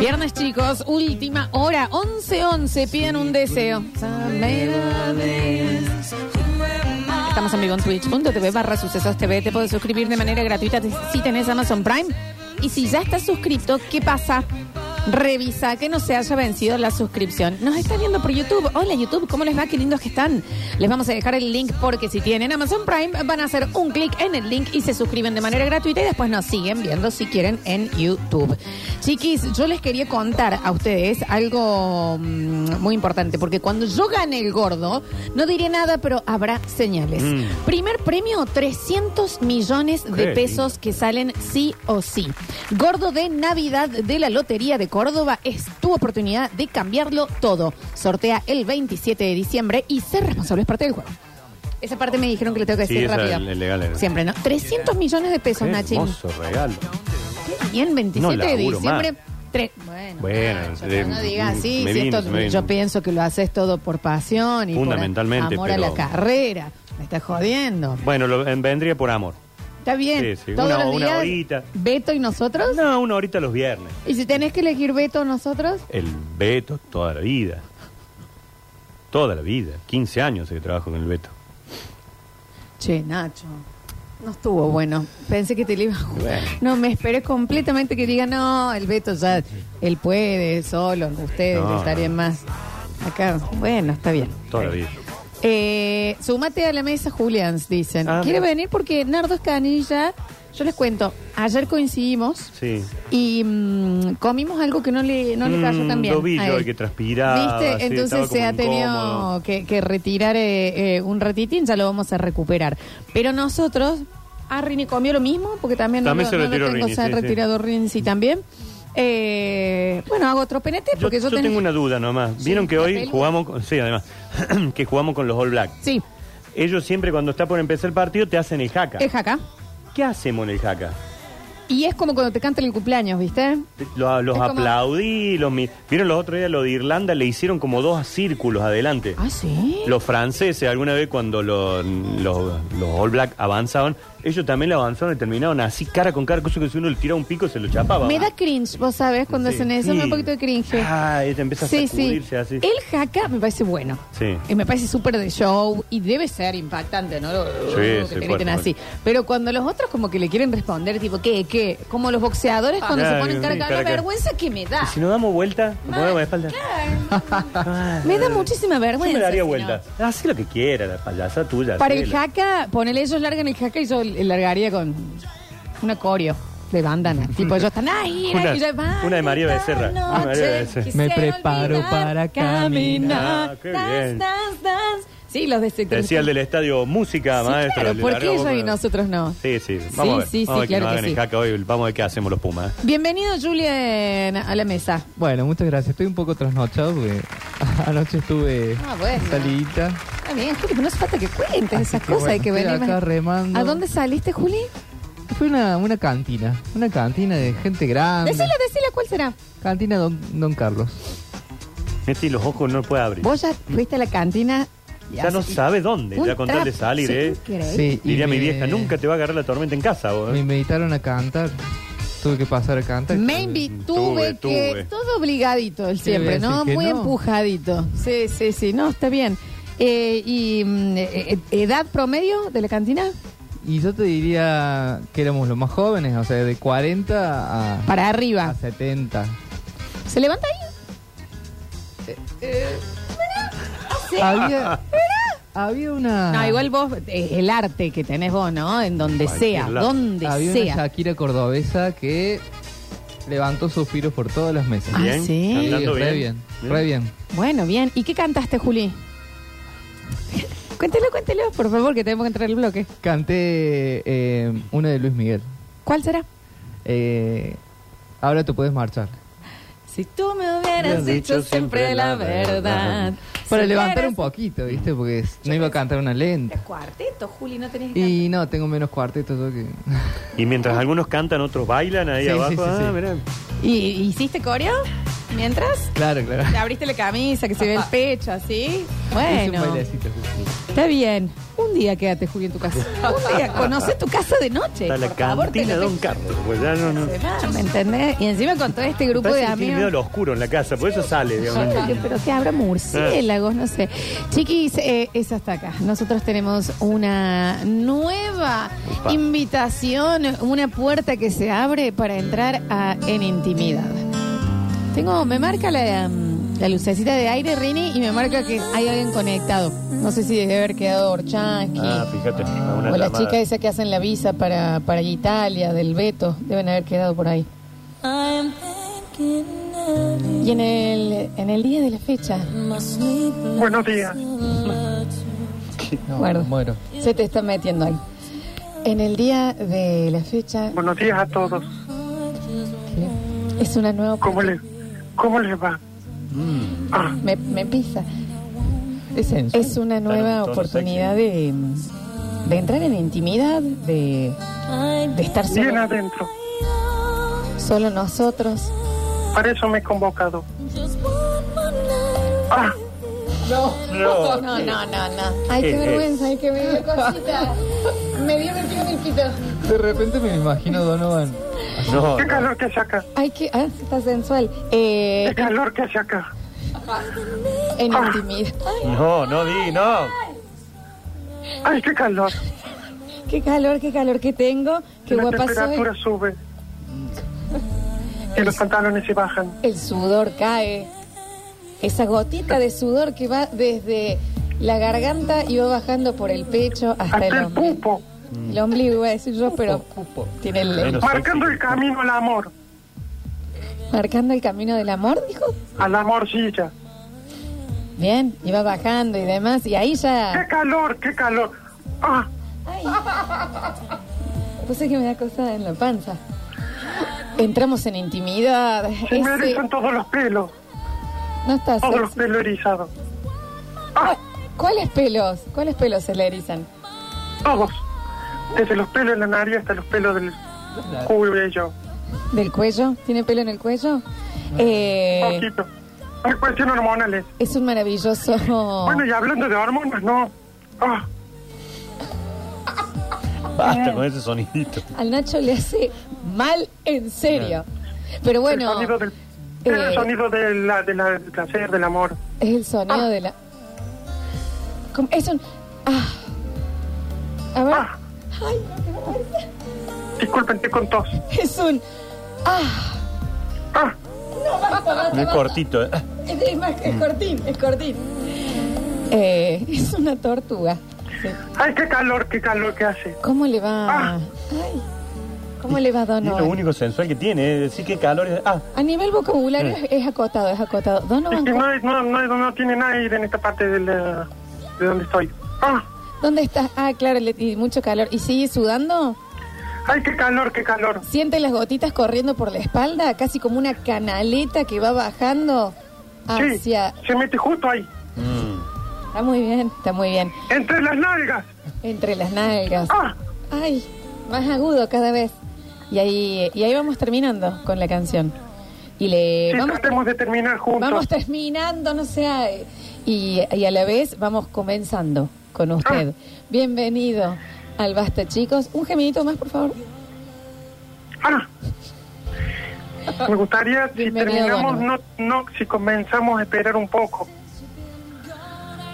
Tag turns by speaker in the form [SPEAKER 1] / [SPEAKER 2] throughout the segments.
[SPEAKER 1] Viernes, chicos, última hora, 11-11, piden un deseo. Estamos en vivo en twitch.tv barra sucesos TV. Te puedes suscribir de manera gratuita te- si tenés Amazon Prime. Y si ya estás suscrito, ¿qué pasa? Revisa que no se haya vencido la suscripción. Nos están viendo por YouTube. Hola YouTube, ¿cómo les va? Qué lindos que están. Les vamos a dejar el link porque si tienen Amazon Prime van a hacer un clic en el link y se suscriben de manera gratuita y después nos siguen viendo si quieren en YouTube. Chiquis, yo les quería contar a ustedes algo mm, muy importante porque cuando yo gane el gordo no diré nada pero habrá señales. Primer premio, 300 millones de
[SPEAKER 2] Ok.
[SPEAKER 1] pesos pesos que salen sí o sí. Gordo de Navidad de la Lotería de Córdoba es tu oportunidad de cambiarlo todo. Sortea el 27 de diciembre y ser responsable es parte del juego. Esa parte me dijeron que lo tengo que
[SPEAKER 2] Sí,
[SPEAKER 1] decir
[SPEAKER 2] esa
[SPEAKER 1] rápido.
[SPEAKER 2] es legal, era.
[SPEAKER 1] Siempre, ¿no? 300 millones de pesos,
[SPEAKER 2] Qué
[SPEAKER 1] Nachin.
[SPEAKER 2] hermoso regalo.
[SPEAKER 1] Y en 27
[SPEAKER 2] No
[SPEAKER 1] de
[SPEAKER 2] laburo
[SPEAKER 1] diciembre.
[SPEAKER 2] más.
[SPEAKER 1] tre- Bueno,
[SPEAKER 2] Bueno,
[SPEAKER 1] Nacho,
[SPEAKER 2] de-
[SPEAKER 1] no digas así.
[SPEAKER 2] me
[SPEAKER 1] si
[SPEAKER 2] vino,
[SPEAKER 1] esto-
[SPEAKER 2] se me vino.
[SPEAKER 1] yo pienso que lo haces todo por pasión y por
[SPEAKER 2] Fundamentalmente,
[SPEAKER 1] amor a
[SPEAKER 2] pero-
[SPEAKER 1] la carrera. Me estás jodiendo.
[SPEAKER 2] Bueno, lo, eh, vendría por amor.
[SPEAKER 1] Está bien.
[SPEAKER 2] Sí, sí,
[SPEAKER 1] Todos
[SPEAKER 2] una-
[SPEAKER 1] los
[SPEAKER 2] una
[SPEAKER 1] días,
[SPEAKER 2] horita.
[SPEAKER 1] Beto y nosotros.
[SPEAKER 2] No, una horita los viernes.
[SPEAKER 1] ¿Y si tenés que elegir Beto nosotros?
[SPEAKER 2] El Beto toda la vida. Toda la vida. 15 años que trabajo con el Beto.
[SPEAKER 1] Che, Nacho. No estuvo bueno. Pensé que te lo iba a jugar. No, me esperé completamente que diga, no, el Beto ya, él puede, solo, ustedes
[SPEAKER 2] No,
[SPEAKER 1] estarían más. Acá, bueno, está bien.
[SPEAKER 2] Toda la vida.
[SPEAKER 1] Eh, sumate a la mesa, Julians, dicen.
[SPEAKER 2] Ah,
[SPEAKER 1] ¿Quiere
[SPEAKER 2] mira.
[SPEAKER 1] venir? Porque Nardo Escanilla, yo les cuento, ayer coincidimos
[SPEAKER 2] Sí.
[SPEAKER 1] y mm, comimos algo que no le, no le cayó
[SPEAKER 2] Mm,
[SPEAKER 1] tan bien.
[SPEAKER 2] lo vi
[SPEAKER 1] a
[SPEAKER 2] yo,
[SPEAKER 1] él.
[SPEAKER 2] el que transpiraba,
[SPEAKER 1] ¿Viste?
[SPEAKER 2] sí, estaba
[SPEAKER 1] Entonces
[SPEAKER 2] como
[SPEAKER 1] se ha
[SPEAKER 2] incómodo.
[SPEAKER 1] tenido que, que retirar eh, eh, un ratitín, ya lo vamos a recuperar. Pero nosotros, a Rini comió lo mismo, porque también, no
[SPEAKER 2] También
[SPEAKER 1] lo-
[SPEAKER 2] se
[SPEAKER 1] no lo
[SPEAKER 2] retiró
[SPEAKER 1] tengo,
[SPEAKER 2] Rini,
[SPEAKER 1] se ha
[SPEAKER 2] sí, sí.
[SPEAKER 1] retirado Rini sí, también. Eh, bueno, hago otro penete
[SPEAKER 2] Yo,
[SPEAKER 1] porque yo,
[SPEAKER 2] yo
[SPEAKER 1] tenés-
[SPEAKER 2] tengo una duda nomás.
[SPEAKER 1] Sí,
[SPEAKER 2] Vieron que
[SPEAKER 1] la
[SPEAKER 2] hoy
[SPEAKER 1] pelu.
[SPEAKER 2] jugamos con, sí, además, que jugamos con los All Blacks.
[SPEAKER 1] Sí,
[SPEAKER 2] Ellos siempre cuando está por empezar el partido te hacen el jaca.
[SPEAKER 1] es acá.
[SPEAKER 2] ¿Qué hacemos en el jaca?
[SPEAKER 1] Y es como cuando te cantan el cumpleaños, ¿viste?
[SPEAKER 2] Lo- los
[SPEAKER 1] Es como-
[SPEAKER 2] aplaudí, los mi- vieron los otros días lo de Irlanda, le hicieron como dos círculos adelante.
[SPEAKER 1] Ah, sí.
[SPEAKER 2] Los franceses, alguna vez cuando lo- lo- los All Black avanzaban, ellos también le avanzaron y terminaron así cara con cara, cosa que si uno le tiraba un pico se lo chapaba.
[SPEAKER 1] Me da cringe, vos sabés, cuando
[SPEAKER 2] Sí.
[SPEAKER 1] hacen eso, me da un
[SPEAKER 2] Sí.
[SPEAKER 1] poquito de cringe. Eh.
[SPEAKER 2] Ah, y te empieza a sacudirse así.
[SPEAKER 1] El jaca me parece bueno.
[SPEAKER 2] Sí.
[SPEAKER 1] Y me parece súper de show y debe ser impactante, ¿no? Lo- lo- que
[SPEAKER 2] sí,
[SPEAKER 1] te griten
[SPEAKER 2] fuerte,
[SPEAKER 1] así. Pero cuando los otros como que le quieren responder, tipo, ¿qué? ¿Qué? Como los boxeadores cuando
[SPEAKER 2] Ah,
[SPEAKER 1] se ponen
[SPEAKER 2] sí,
[SPEAKER 1] cara a cara,
[SPEAKER 2] cara a
[SPEAKER 1] la
[SPEAKER 2] cara.
[SPEAKER 1] vergüenza que me da.
[SPEAKER 2] Y si nos damos vuelta, nos
[SPEAKER 1] Mal,
[SPEAKER 2] ponemos de espalda.
[SPEAKER 1] claro. me da muchísima
[SPEAKER 2] eh, Yo
[SPEAKER 1] vergüenza.
[SPEAKER 2] me daría
[SPEAKER 1] si no.
[SPEAKER 2] vuelta. Haz lo que quiera, la payasa tuya.
[SPEAKER 1] Para el
[SPEAKER 2] hacela.
[SPEAKER 1] jaca, ponele ellos largan el jaca y yo le- largaría con una coreo de bandana. tipo, ellos están ahí,
[SPEAKER 2] Una-
[SPEAKER 1] y yo,
[SPEAKER 2] una de María Becerra,
[SPEAKER 1] "Esta
[SPEAKER 2] una de María
[SPEAKER 1] noche
[SPEAKER 2] Becerra".
[SPEAKER 1] quisiera
[SPEAKER 3] Me preparo
[SPEAKER 1] olvidar,
[SPEAKER 3] para
[SPEAKER 2] caminar. Ah, qué
[SPEAKER 1] Dance,
[SPEAKER 2] bien.
[SPEAKER 1] dance, dance. Sí, los de sector.
[SPEAKER 2] Decía el del estadio Música,
[SPEAKER 1] Sí,
[SPEAKER 2] maestro.
[SPEAKER 1] claro,
[SPEAKER 2] le
[SPEAKER 1] ¿por qué
[SPEAKER 2] largamos
[SPEAKER 1] ellos y
[SPEAKER 2] una-
[SPEAKER 1] nosotros no?
[SPEAKER 2] Sí, sí.
[SPEAKER 1] Sí,
[SPEAKER 2] Vamos a ver.
[SPEAKER 1] sí,
[SPEAKER 2] Vamos a
[SPEAKER 1] sí, claro
[SPEAKER 2] ver que nos
[SPEAKER 1] que
[SPEAKER 2] hagan el
[SPEAKER 1] sí.
[SPEAKER 2] jaca hoy. Vamos a ver qué hacemos los Pumas. ¿eh?
[SPEAKER 1] Bienvenido, Julien, a la mesa.
[SPEAKER 3] Bueno, muchas gracias. Estoy un poco trasnochado porque anoche estuve
[SPEAKER 1] Ah, bueno.
[SPEAKER 3] salidita.
[SPEAKER 1] Está bien, Juli, pero no hace falta que cuentes
[SPEAKER 3] Así
[SPEAKER 1] esas
[SPEAKER 3] que
[SPEAKER 1] cosas.
[SPEAKER 3] bueno,
[SPEAKER 1] hay que
[SPEAKER 3] estoy
[SPEAKER 1] venir.
[SPEAKER 3] acá
[SPEAKER 1] más-
[SPEAKER 3] remando.
[SPEAKER 1] ¿A dónde saliste, Juli?
[SPEAKER 3] Fue una, una cantina, una cantina de gente grande.
[SPEAKER 1] Decila, decila cuál será.
[SPEAKER 3] Cantina Don, Don Carlos.
[SPEAKER 2] Meti, los ojos no puede abrir.
[SPEAKER 1] Vos ya fuiste a la cantina. y
[SPEAKER 2] Ya no
[SPEAKER 1] hace-
[SPEAKER 2] sabe dónde,
[SPEAKER 1] un
[SPEAKER 2] ya con tal de
[SPEAKER 1] trap,
[SPEAKER 2] salir,
[SPEAKER 1] sí,
[SPEAKER 2] ¿eh?
[SPEAKER 1] increíble.
[SPEAKER 3] y
[SPEAKER 2] Diría mi
[SPEAKER 3] me-
[SPEAKER 2] vieja, nunca te va a agarrar la tormenta en casa, vos.
[SPEAKER 3] Me
[SPEAKER 2] ¿eh?
[SPEAKER 3] invitaron a cantar. Tuve que pasar a cantar.
[SPEAKER 1] Maybe tuve, que.
[SPEAKER 2] Tuve, tuve.
[SPEAKER 1] Todo obligadito el
[SPEAKER 3] Sí, voy
[SPEAKER 1] siempre,
[SPEAKER 3] a decir
[SPEAKER 1] ¿no?
[SPEAKER 3] que
[SPEAKER 1] Muy
[SPEAKER 3] no.
[SPEAKER 1] empujadito. Sí, sí, sí. No, está bien. Eh, ¿Y mm, eh, eh, edad promedio de la cantina?
[SPEAKER 3] Y yo te diría que éramos los más jóvenes, o sea, de 40 a,
[SPEAKER 1] Para arriba.
[SPEAKER 3] a 70.
[SPEAKER 1] ¿Se levanta ahí?
[SPEAKER 3] Eh, Ah, Había, había una.
[SPEAKER 1] No, igual vos, eh, el arte que tenés vos, ¿no? En donde
[SPEAKER 2] Cualquier
[SPEAKER 1] sea,
[SPEAKER 2] lado.
[SPEAKER 1] donde
[SPEAKER 3] Había una
[SPEAKER 1] sea.
[SPEAKER 3] Shakira cordobesa que levantó suspiros por todas las mesas.
[SPEAKER 1] Ah, sí.
[SPEAKER 2] Cantando
[SPEAKER 3] re bien,
[SPEAKER 2] bien.
[SPEAKER 3] re bien.
[SPEAKER 1] Bueno, bien. ¿Y qué cantaste, Juli? cuéntelo, cuéntelo, por favor, que tenemos que entrar al bloque.
[SPEAKER 3] Canté eh, una de Luis Miguel.
[SPEAKER 1] ¿Cuál será?
[SPEAKER 3] Eh, ahora te puedes marchar.
[SPEAKER 1] Si tú me
[SPEAKER 2] Me
[SPEAKER 1] hubieras
[SPEAKER 2] has dicho
[SPEAKER 1] dicho siempre
[SPEAKER 2] siempre
[SPEAKER 1] la
[SPEAKER 2] la
[SPEAKER 1] verdad.
[SPEAKER 2] verdad.
[SPEAKER 3] Para
[SPEAKER 1] Si
[SPEAKER 3] levantar
[SPEAKER 1] fueras-
[SPEAKER 3] un poquito, ¿viste? Porque no iba a cantar una lenta.
[SPEAKER 1] Cuarteto, Juli, no tenés que
[SPEAKER 3] Y no, tengo menos cuartetos yo que...
[SPEAKER 2] Y mientras algunos cantan, otros bailan ahí
[SPEAKER 3] Sí, sí,
[SPEAKER 2] abajo.
[SPEAKER 3] sí,
[SPEAKER 2] ah,
[SPEAKER 3] sí.
[SPEAKER 2] mirá.
[SPEAKER 1] ¿Y hiciste coreo? Mientras
[SPEAKER 3] Claro, claro.
[SPEAKER 1] te abriste la camisa, que se ve el pecho, así.
[SPEAKER 3] Hice un
[SPEAKER 1] Bueno.
[SPEAKER 3] bailecito.
[SPEAKER 1] Está bien. Un día quédate, Julio, en tu casa. Un día conoce tu casa de noche.
[SPEAKER 2] Está la
[SPEAKER 1] por favor, te
[SPEAKER 2] cantina
[SPEAKER 1] lo
[SPEAKER 2] Don Carlos. Pues ya no, no.
[SPEAKER 1] Ah, ¿Me entendés? Y encima con todo este grupo
[SPEAKER 2] Parece
[SPEAKER 1] de
[SPEAKER 2] que tiene
[SPEAKER 1] amigos.
[SPEAKER 2] miedo a lo oscuro en la casa, por eso sale, digamos.
[SPEAKER 1] Yo creo, Pero que habrá murciélagos, no sé. Chiquis, eh, es hasta acá. Nosotros tenemos una nueva
[SPEAKER 2] Upa.
[SPEAKER 1] invitación, una puerta que se abre para entrar a En Intimidad. Tengo, me marca la, mm, la lucecita de aire, Rini, y me marca que hay alguien conectado. No sé si debe haber quedado Orchansky.
[SPEAKER 2] Ah, fíjate. Una
[SPEAKER 1] O la
[SPEAKER 2] llamada.
[SPEAKER 1] chica esa que hacen la visa para, para Italia, del Beto, deben haber quedado por ahí.
[SPEAKER 4] I'm thinking of you.
[SPEAKER 1] Y en el, en el día de la fecha,
[SPEAKER 4] My sleepless
[SPEAKER 5] Buenos días.
[SPEAKER 4] nights.
[SPEAKER 3] No,
[SPEAKER 1] Guarda.
[SPEAKER 3] muero.
[SPEAKER 1] se te está metiendo ahí. En el día de la fecha
[SPEAKER 5] Buenos días a todos.
[SPEAKER 1] es una nueva...
[SPEAKER 5] ¿Cómo les, cómo les va? Ah,
[SPEAKER 1] Me, me pisa.
[SPEAKER 3] Es en
[SPEAKER 1] Es una nueva
[SPEAKER 2] tono
[SPEAKER 1] oportunidad de, de entrar en intimidad, de,
[SPEAKER 4] I
[SPEAKER 1] de estar
[SPEAKER 5] bien
[SPEAKER 1] solo,
[SPEAKER 5] adentro.
[SPEAKER 1] solo nosotros.
[SPEAKER 5] Para eso me he convocado.
[SPEAKER 4] just want one night.
[SPEAKER 5] Ah,
[SPEAKER 2] No.
[SPEAKER 1] No, no, no, no. Ay,
[SPEAKER 2] Eh,
[SPEAKER 1] qué
[SPEAKER 2] eh.
[SPEAKER 1] vergüenza, ay, qué vergüenza, cosita. Me dio metido en el pito.
[SPEAKER 3] De repente me imagino Donovan.
[SPEAKER 2] No,
[SPEAKER 5] qué calor que saca.
[SPEAKER 1] Ay, qué... Ah, está sensual. Eh,
[SPEAKER 5] Qué calor que saca.
[SPEAKER 1] en
[SPEAKER 5] Ah.
[SPEAKER 1] intimidad. Ay,
[SPEAKER 2] no, no di, no.
[SPEAKER 5] Ay, qué calor.
[SPEAKER 1] qué calor, qué calor que tengo. Qué
[SPEAKER 5] la
[SPEAKER 1] guapa soy.
[SPEAKER 5] temperatura sube. Y los pantalones se bajan.
[SPEAKER 1] El sudor cae. Esa gotita de sudor que va desde la garganta y va bajando por el pecho hasta el
[SPEAKER 5] Hasta el
[SPEAKER 1] ombligo.
[SPEAKER 5] pupo.
[SPEAKER 1] El ombligo iba a decir yo, pero tiene el,
[SPEAKER 2] Menos
[SPEAKER 5] Marcando
[SPEAKER 2] sexy.
[SPEAKER 5] el camino al amor.
[SPEAKER 1] marcando el camino del amor, dijo.
[SPEAKER 5] A la morcilla.
[SPEAKER 1] Bien, iba bajando y demás. Y ahí
[SPEAKER 5] Qué
[SPEAKER 1] ya.
[SPEAKER 5] calor, qué calor. Ah,
[SPEAKER 1] Ay. Puse que me da cosa en la panza. Entramos en intimidad.
[SPEAKER 5] se me
[SPEAKER 1] Ese-
[SPEAKER 5] erizan todos los pelos.
[SPEAKER 1] no está
[SPEAKER 5] Todos los
[SPEAKER 1] sexy.
[SPEAKER 5] pelos erizados.
[SPEAKER 1] Ay, ¿Cuáles pelos? ¿Cuáles pelos se le erizan?
[SPEAKER 5] Todos. Desde los pelos en la nariz hasta los pelos del cuello.
[SPEAKER 1] ¿Del cuello? ¿Tiene pelo en el cuello? Eh,
[SPEAKER 5] Poquito. Hay cuestiones hormonales.
[SPEAKER 1] Es un maravilloso.
[SPEAKER 5] Bueno, y hablando de hormonas, no. Ah,
[SPEAKER 2] Basta con ese sonidito.
[SPEAKER 1] Al Nacho le hace mal en serio. Pero bueno,
[SPEAKER 5] el sonido del,
[SPEAKER 1] eh,
[SPEAKER 5] el sonido de la, de la- del placer, del amor.
[SPEAKER 1] es el sonido de la. ¿Cómo? Es un. Ah. A ver.
[SPEAKER 5] Ah.
[SPEAKER 1] Ay, no, qué vergüenza.
[SPEAKER 5] Disculpenté con tos.
[SPEAKER 1] es un. Ah.
[SPEAKER 5] Ah,
[SPEAKER 1] No, basta, basta,
[SPEAKER 2] Muy
[SPEAKER 1] basta.
[SPEAKER 2] cortito, ¿eh?
[SPEAKER 1] Es, es más que es cortín, es cortín. Eh, es una tortuga. Sí.
[SPEAKER 5] ay, qué calor, qué calor que hace.
[SPEAKER 1] ¿Cómo le va?
[SPEAKER 5] Ah.
[SPEAKER 1] Ay. ¿Cómo le va
[SPEAKER 2] Y es lo
[SPEAKER 1] Donovan?
[SPEAKER 2] único sensual que tiene. Es decir, que calor es. Ah,
[SPEAKER 1] A nivel vocabulario es, es acotado, es acotado.
[SPEAKER 5] Es
[SPEAKER 1] Donovan,
[SPEAKER 5] que no, hay- no, no, hay- no tiene nada aire en esta parte de, la- de donde estoy. Ah,
[SPEAKER 1] ¿Dónde estás? Ah, claro, le- y mucho calor. ¿Y sigue sudando?
[SPEAKER 5] ay, qué calor, qué calor.
[SPEAKER 1] ¿Siente las gotitas corriendo por la espalda? Casi como una canaleta que va bajando Ah,
[SPEAKER 5] Sí,
[SPEAKER 1] hacia...
[SPEAKER 5] se mete justo ahí,
[SPEAKER 1] Está muy bien, está muy bien.
[SPEAKER 5] entre las nalgas.
[SPEAKER 1] Entre las nalgas.
[SPEAKER 5] Ah,
[SPEAKER 1] Ay, más agudo cada vez. Y ahí, y ahí vamos terminando con la canción. Y le...
[SPEAKER 5] si
[SPEAKER 1] Eh, vamos,
[SPEAKER 5] tratemos de terminar juntos.
[SPEAKER 1] vamos terminando, no sea... eh, Y, y a la vez vamos comenzando con usted.
[SPEAKER 5] Ah.
[SPEAKER 1] Bienvenido al Basta, chicos. Un gemidito más, por favor.
[SPEAKER 5] Ah. Me gustaría, si
[SPEAKER 1] Bienvenido,
[SPEAKER 5] terminamos, no,
[SPEAKER 1] Donovan.
[SPEAKER 5] no, si comenzamos a esperar un poco.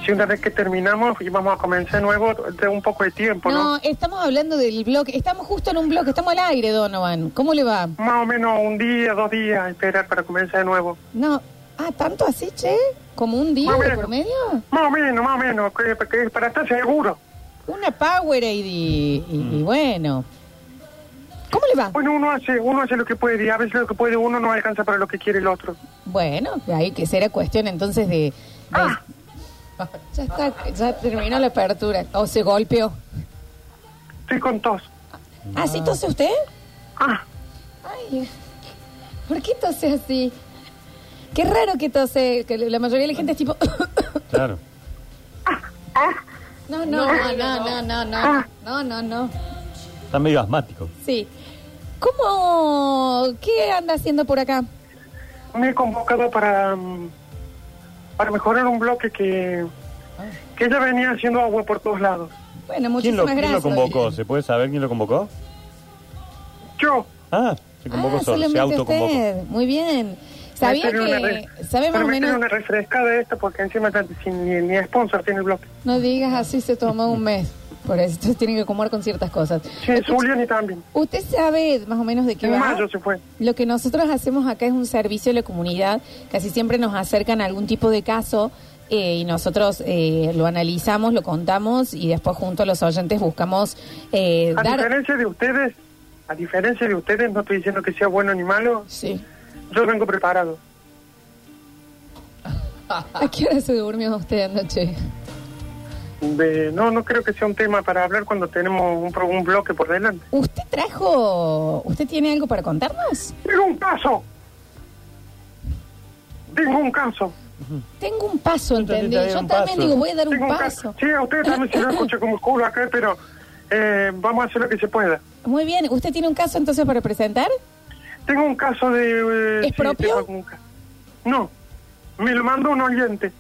[SPEAKER 5] Si una vez que terminamos y vamos a comenzar de nuevo, de un poco de tiempo, ¿no?
[SPEAKER 1] No, estamos hablando del blog. Estamos justo en un blog. Estamos al aire, Donovan. ¿Cómo le va?
[SPEAKER 5] Más o menos un día, dos días, esperar para comenzar de nuevo.
[SPEAKER 1] No. Ah, ¿tanto así, che? ¿Como un día
[SPEAKER 5] Más o
[SPEAKER 1] de
[SPEAKER 5] menos.
[SPEAKER 1] por medio?
[SPEAKER 5] Más o menos, más o menos, que- que- para estar seguro.
[SPEAKER 1] Una Powerade y, y-
[SPEAKER 5] Mm.
[SPEAKER 1] y bueno. ¿Cómo le va?
[SPEAKER 5] Bueno, uno hace, uno hace lo que puede y a veces lo que puede uno no alcanza para lo que quiere el otro.
[SPEAKER 1] Bueno, ahí que será cuestión entonces de... de-
[SPEAKER 5] Ah.
[SPEAKER 1] Ya está, ya terminó la apertura. ¿O se golpeó?
[SPEAKER 5] Estoy con tos.
[SPEAKER 1] ¿Ah, sí tose usted?
[SPEAKER 5] Ah,
[SPEAKER 1] Ay, ¿por qué tose así? Qué raro que tose, que la mayoría de la gente es tipo...
[SPEAKER 2] claro.
[SPEAKER 1] No, no, no, Ah. no, no, no, no, no, no.
[SPEAKER 2] Está medio asmático.
[SPEAKER 1] Sí. ¿Cómo? ¿Qué anda haciendo por acá?
[SPEAKER 5] me he convocado para, mm, para mejorar un bloque que que ella venía haciendo agua por todos lados.
[SPEAKER 1] Bueno,
[SPEAKER 2] ¿Quién lo,
[SPEAKER 1] muchísimas
[SPEAKER 2] quién lo
[SPEAKER 1] gracias.
[SPEAKER 2] convocó? ¿Se puede saber quién lo convocó?
[SPEAKER 5] Yo,
[SPEAKER 2] Ah, se convocó
[SPEAKER 1] Ah,
[SPEAKER 2] solo, se
[SPEAKER 1] solamente
[SPEAKER 2] autoconvocó.
[SPEAKER 1] usted. Muy bien. Sabía
[SPEAKER 5] me pegó una
[SPEAKER 1] que.
[SPEAKER 5] re-
[SPEAKER 1] ¿Sabe más
[SPEAKER 5] pero
[SPEAKER 1] o
[SPEAKER 5] me pegó
[SPEAKER 1] menos?
[SPEAKER 5] una refrescada de esta porque encima ya sin, ni, ni sponsor tiene el bloque.
[SPEAKER 1] No digas así, se tomó un mes. Por eso entonces tienen que comer con ciertas cosas.
[SPEAKER 5] Sí,
[SPEAKER 1] Escuche,
[SPEAKER 5] Zuliani también.
[SPEAKER 1] ¿Usted sabe más o menos de qué
[SPEAKER 5] En
[SPEAKER 1] va?
[SPEAKER 5] mayo se fue.
[SPEAKER 1] Lo que nosotros hacemos acá es un servicio a la comunidad. Casi siempre nos acercan a algún tipo de caso eh, y nosotros eh, lo analizamos, lo contamos y después junto a los oyentes buscamos eh,
[SPEAKER 5] A
[SPEAKER 1] dar...
[SPEAKER 5] diferencia de ustedes, a diferencia de ustedes, no estoy diciendo que sea bueno ni malo,
[SPEAKER 1] Sí.
[SPEAKER 5] yo vengo preparado.
[SPEAKER 1] ¿A qué hora se durmió usted anoche?
[SPEAKER 5] De- no, no creo que sea un tema para hablar cuando tenemos un, pro- un bloque por delante.
[SPEAKER 1] ¿Usted trajo... ¿Usted tiene algo para contarnos?
[SPEAKER 5] Tengo un caso. Tengo un caso.
[SPEAKER 1] Tengo un paso,
[SPEAKER 2] Yo también
[SPEAKER 1] ¿entendí?
[SPEAKER 2] te doy
[SPEAKER 1] Yo
[SPEAKER 2] un
[SPEAKER 1] también
[SPEAKER 2] paso.
[SPEAKER 1] digo, voy a dar
[SPEAKER 5] Tengo
[SPEAKER 1] un
[SPEAKER 5] un
[SPEAKER 1] paso.
[SPEAKER 5] caso. Sí, a ustedes también se lo escucha como el culo acá, pero eh, vamos a hacer lo que se pueda.
[SPEAKER 1] Muy bien, ¿usted tiene un caso entonces para presentar?
[SPEAKER 5] Tengo un caso de... eh,
[SPEAKER 1] ¿Es propio?
[SPEAKER 5] tengo algún ca- No, me lo mandó un oyente.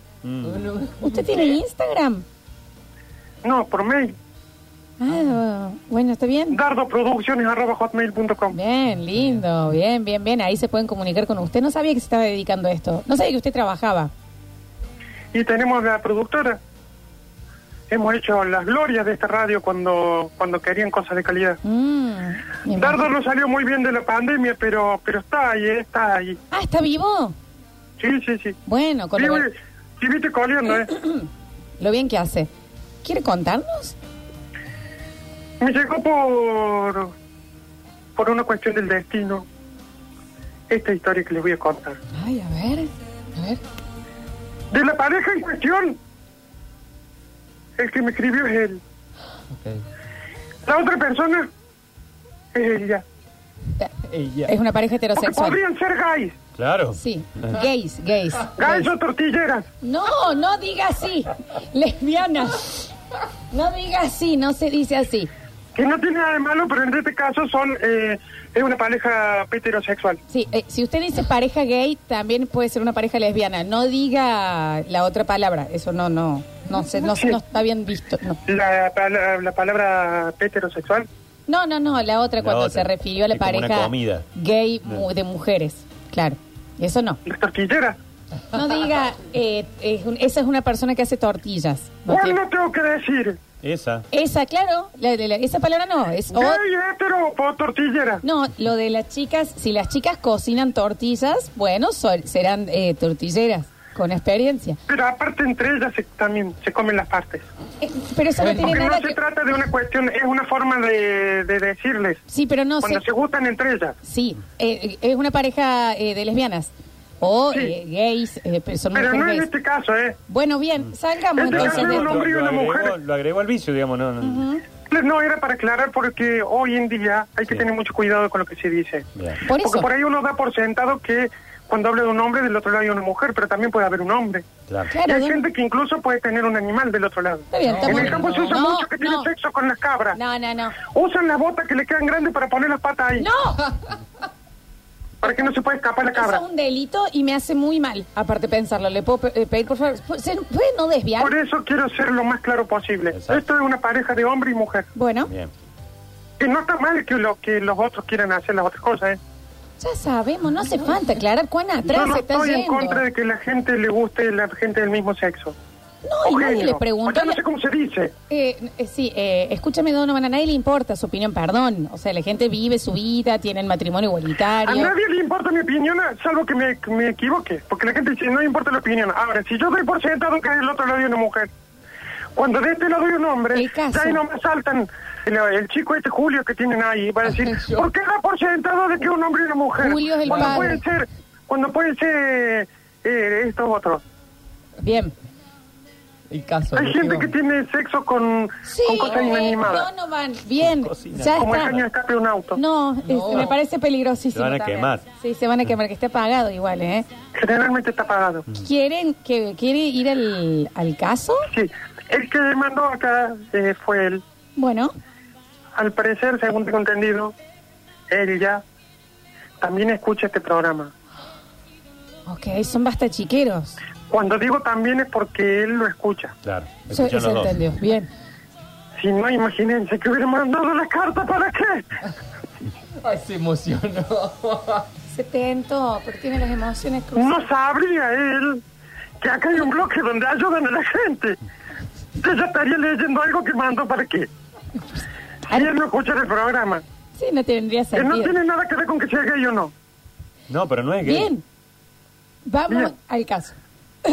[SPEAKER 1] ¿Usted tiene Instagram?
[SPEAKER 5] No, por mail.
[SPEAKER 1] Ah, bueno, está bien.
[SPEAKER 5] dardoproducciones.hotmail.com
[SPEAKER 1] Bien, lindo, bien, bien, bien. Ahí se pueden comunicar con usted. No sabía que se estaba dedicando a esto. No sabía que usted trabajaba.
[SPEAKER 5] Y tenemos la productora. Hemos hecho las glorias de esta radio cuando, cuando querían cosas de calidad.
[SPEAKER 1] Mm, me
[SPEAKER 5] Dardo
[SPEAKER 1] imagino.
[SPEAKER 5] no salió muy bien de la pandemia, pero pero está ahí, eh, está ahí.
[SPEAKER 1] Ah, ¿está vivo?
[SPEAKER 5] Sí, sí, sí.
[SPEAKER 1] Bueno, con lo,
[SPEAKER 5] Vive,
[SPEAKER 1] bien-
[SPEAKER 5] viviste coleando, ¿eh?
[SPEAKER 1] lo bien que hace. ¿Quiere contarnos?
[SPEAKER 5] Me llegó por, por una cuestión del destino esta historia que les voy a contar.
[SPEAKER 1] Ay, a ver, a ver.
[SPEAKER 5] De la pareja en cuestión, el que me escribió es él. La otra persona es ella.
[SPEAKER 1] Es una pareja
[SPEAKER 5] Porque
[SPEAKER 1] heterosexual.
[SPEAKER 5] podrían ser gays.
[SPEAKER 2] Claro.
[SPEAKER 1] Sí, gays, gays.
[SPEAKER 5] Gays
[SPEAKER 1] gays.
[SPEAKER 5] o tortilleras.
[SPEAKER 1] No, no diga así. Lesbiana. No diga así, no se dice así.
[SPEAKER 5] Que no tiene nada de malo, pero en este caso son eh, es una pareja heterosexual.
[SPEAKER 1] Sí, eh, si usted dice pareja gay, también puede ser una pareja lesbiana. No diga la otra palabra. Eso no, no. No, se, no, no está bien visto. No,
[SPEAKER 5] La, pala- la palabra heterosexual.
[SPEAKER 1] no, no, no, la otra
[SPEAKER 2] La
[SPEAKER 1] cuando
[SPEAKER 2] otra.
[SPEAKER 1] se refirió a la
[SPEAKER 2] Es como una
[SPEAKER 1] pareja
[SPEAKER 2] comida.
[SPEAKER 1] gay mu- de mujeres. Claro, eso no.
[SPEAKER 5] Las tortilleras.
[SPEAKER 1] No diga, eh, es un- esa es una persona que hace tortillas. No
[SPEAKER 5] ¿Cuál
[SPEAKER 1] tiene-
[SPEAKER 5] no tengo que decir?
[SPEAKER 2] Esa.
[SPEAKER 1] Esa, claro, la- la- la- esa palabra no. Es o-
[SPEAKER 5] ¿Gay, hetero o tortillera?
[SPEAKER 1] Oh. No, lo de las chicas, si las chicas cocinan tortillas, bueno, sol- serán eh, tortilleras con experiencia.
[SPEAKER 5] Pero aparte entre ellas se- también se comen las partes.
[SPEAKER 1] Eh, pero eso no tiene
[SPEAKER 5] Porque no
[SPEAKER 1] nada
[SPEAKER 5] se
[SPEAKER 1] que...
[SPEAKER 5] trata de una cuestión, es una forma de, de decirles.
[SPEAKER 1] Sí, pero no sé.
[SPEAKER 5] Cuando se gustan entre ellas.
[SPEAKER 1] Sí, eh, eh, es una pareja eh, de lesbianas o
[SPEAKER 5] Sí.
[SPEAKER 1] eh, gays, eh, pero son
[SPEAKER 5] Pero no en
[SPEAKER 1] mujeres gays.
[SPEAKER 5] este caso, ¿eh?
[SPEAKER 1] Bueno, bien, salgamos
[SPEAKER 5] Este
[SPEAKER 1] entonces.
[SPEAKER 5] caso
[SPEAKER 1] de
[SPEAKER 5] es un
[SPEAKER 1] esto.
[SPEAKER 5] hombre y una
[SPEAKER 2] agregó,
[SPEAKER 5] mujer.
[SPEAKER 2] lo agregó al vicio, digamos, no. no.
[SPEAKER 5] No era para aclarar porque hoy en día hay que tener mucho cuidado con lo que se dice.
[SPEAKER 2] Bien.
[SPEAKER 1] Por
[SPEAKER 5] Porque
[SPEAKER 1] eso,
[SPEAKER 5] por ahí uno da por sentado que cuando habla de un hombre, del otro lado hay una mujer, pero también puede haber un hombre.
[SPEAKER 2] Claro.
[SPEAKER 5] Y
[SPEAKER 1] claro,
[SPEAKER 5] hay
[SPEAKER 1] don-
[SPEAKER 5] gente que incluso puede tener un animal del otro lado.
[SPEAKER 1] está bien,
[SPEAKER 5] en
[SPEAKER 1] estamos
[SPEAKER 5] el campo se usa
[SPEAKER 1] no,
[SPEAKER 5] mucho que tiene
[SPEAKER 1] no,
[SPEAKER 5] sexo con las cabras.
[SPEAKER 1] No, no, no.
[SPEAKER 5] Usan las botas que le quedan grandes para poner las patas ahí,
[SPEAKER 1] No,
[SPEAKER 5] para que no se pueda escapar la
[SPEAKER 1] eso
[SPEAKER 5] cabra.
[SPEAKER 1] es un delito y me hace muy mal. Aparte pensarlo, le puedo pe- eh, pedir por favor, ¿pu- ¿se puede no desviar?
[SPEAKER 5] Por eso quiero ser lo más claro posible.
[SPEAKER 2] Exacto.
[SPEAKER 5] Esto es una pareja de hombre y mujer.
[SPEAKER 1] Bueno,
[SPEAKER 2] Bien.
[SPEAKER 5] Que no está mal que, lo, que los otros quieran hacer las otras cosas. ¿eh?
[SPEAKER 1] ya sabemos, no hace falta aclarar cuán
[SPEAKER 5] Yo
[SPEAKER 1] atrás
[SPEAKER 5] no
[SPEAKER 1] se está
[SPEAKER 5] estoy en
[SPEAKER 1] yendo.
[SPEAKER 5] contra de que la gente le guste la gente del mismo sexo.
[SPEAKER 1] No, y
[SPEAKER 5] O
[SPEAKER 1] nadie
[SPEAKER 5] género.
[SPEAKER 1] le
[SPEAKER 5] O
[SPEAKER 1] preguntó.
[SPEAKER 5] sea, no sé cómo se dice.
[SPEAKER 1] Eh, eh, sí, eh, escúchame, Donovan, a nadie le importa su opinión, perdón. O sea, la gente vive su vida, tiene el matrimonio
[SPEAKER 5] A
[SPEAKER 1] igualitario.
[SPEAKER 5] nadie le importa mi opinión, salvo que me, que me equivoque. Porque la gente dice, no le importa la opinión. Ahora, si yo doy por sentado que del otro lado hay una mujer, cuando de este lado hay un hombre,
[SPEAKER 1] El caso.
[SPEAKER 5] ya ahí nomás saltan. El, el chico este Julio que tienen ahí va a decir, ¿por qué da por sentado de que un hombre y una mujer?
[SPEAKER 1] Julio es el
[SPEAKER 5] cuando
[SPEAKER 1] padre.
[SPEAKER 5] pueden ser, cuando pueden ser eh, estos otros.
[SPEAKER 1] Bien.
[SPEAKER 3] El caso.
[SPEAKER 5] Hay gente
[SPEAKER 3] digo.
[SPEAKER 5] que tiene sexo con,
[SPEAKER 1] Sí,
[SPEAKER 5] con cosas
[SPEAKER 1] eh,
[SPEAKER 5] inanimadas.
[SPEAKER 1] Donovan, bien.
[SPEAKER 2] cocina.
[SPEAKER 1] Ya
[SPEAKER 5] Como el caño
[SPEAKER 1] está.
[SPEAKER 5] de escape de un auto.
[SPEAKER 1] No, es- me parece peligrosísimo.
[SPEAKER 2] Se van a
[SPEAKER 1] también.
[SPEAKER 2] quemar.
[SPEAKER 1] Sí, se van a quemar, que esté apagado igual, ¿eh?
[SPEAKER 5] Generalmente está apagado.
[SPEAKER 2] Mm.
[SPEAKER 1] ¿Quieren que, ¿Quiere ir al, al caso?
[SPEAKER 5] Sí. El que mandó acá eh, fue él.
[SPEAKER 1] Bueno,
[SPEAKER 5] Al parecer, según tengo entendido, él ya también escucha este programa.
[SPEAKER 1] ok, son basta chiqueros.
[SPEAKER 5] Cuando digo también es porque él lo escucha.
[SPEAKER 2] Claro,
[SPEAKER 1] Se,
[SPEAKER 2] escuchan
[SPEAKER 1] se
[SPEAKER 2] los dos.
[SPEAKER 1] entendió. Bien.
[SPEAKER 5] Si no, imagínense que hubiera mandado la carta para qué.
[SPEAKER 3] Ay, se emocionó.
[SPEAKER 1] Se tentó, porque tiene las emociones cruzadas.
[SPEAKER 5] No sabría él que acá hay un bloque donde ayudan a la gente. Yo ya estaría leyendo algo que mandó para qué. Si él no escucha el programa,
[SPEAKER 1] Sí, no tendría
[SPEAKER 5] que no
[SPEAKER 1] sentido.
[SPEAKER 5] tiene nada que ver con que sea gay o no.
[SPEAKER 2] No, pero no es gay.
[SPEAKER 1] Bien. Vamos
[SPEAKER 5] Bien.
[SPEAKER 1] al caso.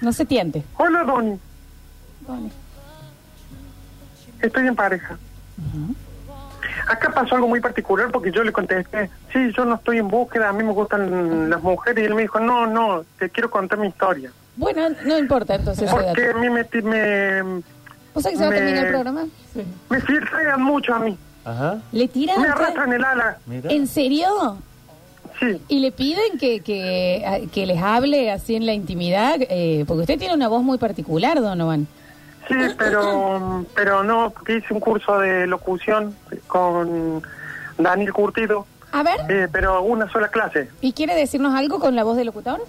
[SPEAKER 1] no se tiente.
[SPEAKER 5] Hola, Donny.
[SPEAKER 1] Bueno,
[SPEAKER 5] Estoy en pareja. Acá pasó algo muy particular porque yo le contesté, sí, yo no estoy en búsqueda, a mí me gustan las mujeres. Y él me dijo, no, no, te quiero contar mi historia.
[SPEAKER 1] Bueno, no importa entonces ese dato.
[SPEAKER 5] Porque a mí me, ti- me,
[SPEAKER 1] ¿Vos sabés que se va a
[SPEAKER 5] me-
[SPEAKER 1] terminar el programa?
[SPEAKER 5] me filtran mucho a mí.
[SPEAKER 2] Ajá.
[SPEAKER 1] ¿Le tiran?
[SPEAKER 5] Me
[SPEAKER 1] acá?
[SPEAKER 5] arrastran el ala.
[SPEAKER 2] Mira.
[SPEAKER 1] ¿En serio?
[SPEAKER 5] Sí,
[SPEAKER 1] ¿Y le piden que, que, a- que les hable así en la intimidad? Eh, porque usted tiene una voz muy particular, Donovan.
[SPEAKER 5] sí, pero, pero no, porque hice un curso de locución con Daniel Curtido,
[SPEAKER 1] A ver,
[SPEAKER 5] eh, pero una sola clase.
[SPEAKER 1] ¿y quiere decirnos algo con la voz del locutor?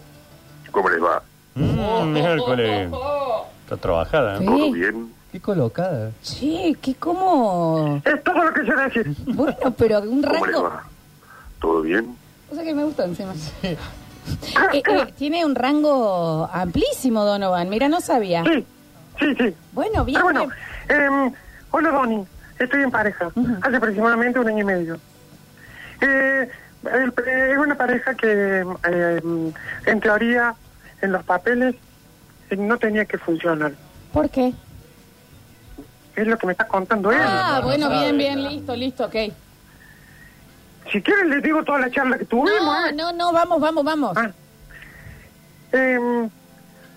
[SPEAKER 6] ¿Cómo les va?
[SPEAKER 2] Mm, miércoles. Está trabajada. ¿eh?
[SPEAKER 6] ¿Todo
[SPEAKER 1] Sí,
[SPEAKER 6] bien?
[SPEAKER 3] Qué colocada.
[SPEAKER 1] che, qué como...
[SPEAKER 5] Es todo lo que yo decir.
[SPEAKER 1] Bueno, pero un
[SPEAKER 6] ¿Cómo les
[SPEAKER 1] rango...
[SPEAKER 6] va? ¿Todo bien?
[SPEAKER 1] O sea que me gustó encima. Eh, eh, tiene un rango amplísimo, Donovan. Mira, no sabía.
[SPEAKER 5] Sí, sí, sí.
[SPEAKER 1] Bueno, bien.
[SPEAKER 5] Pero Ah, bueno,
[SPEAKER 1] bien.
[SPEAKER 5] eh, hola Donny, estoy en pareja, hace aproximadamente un año y medio. Eh, el- eh, es una pareja que eh, en teoría, en los papeles, eh, no tenía que funcionar.
[SPEAKER 1] ¿Por qué?
[SPEAKER 5] Es lo que me está contando él.
[SPEAKER 1] Ah, bueno,
[SPEAKER 2] sabe,
[SPEAKER 1] bien, bien,
[SPEAKER 2] claro.
[SPEAKER 1] listo, listo, ok.
[SPEAKER 5] Si quieren les digo toda la charla que tuvimos.
[SPEAKER 1] No,
[SPEAKER 5] ¿eh?
[SPEAKER 1] no, no, vamos, vamos, vamos.
[SPEAKER 5] Ah. Eh,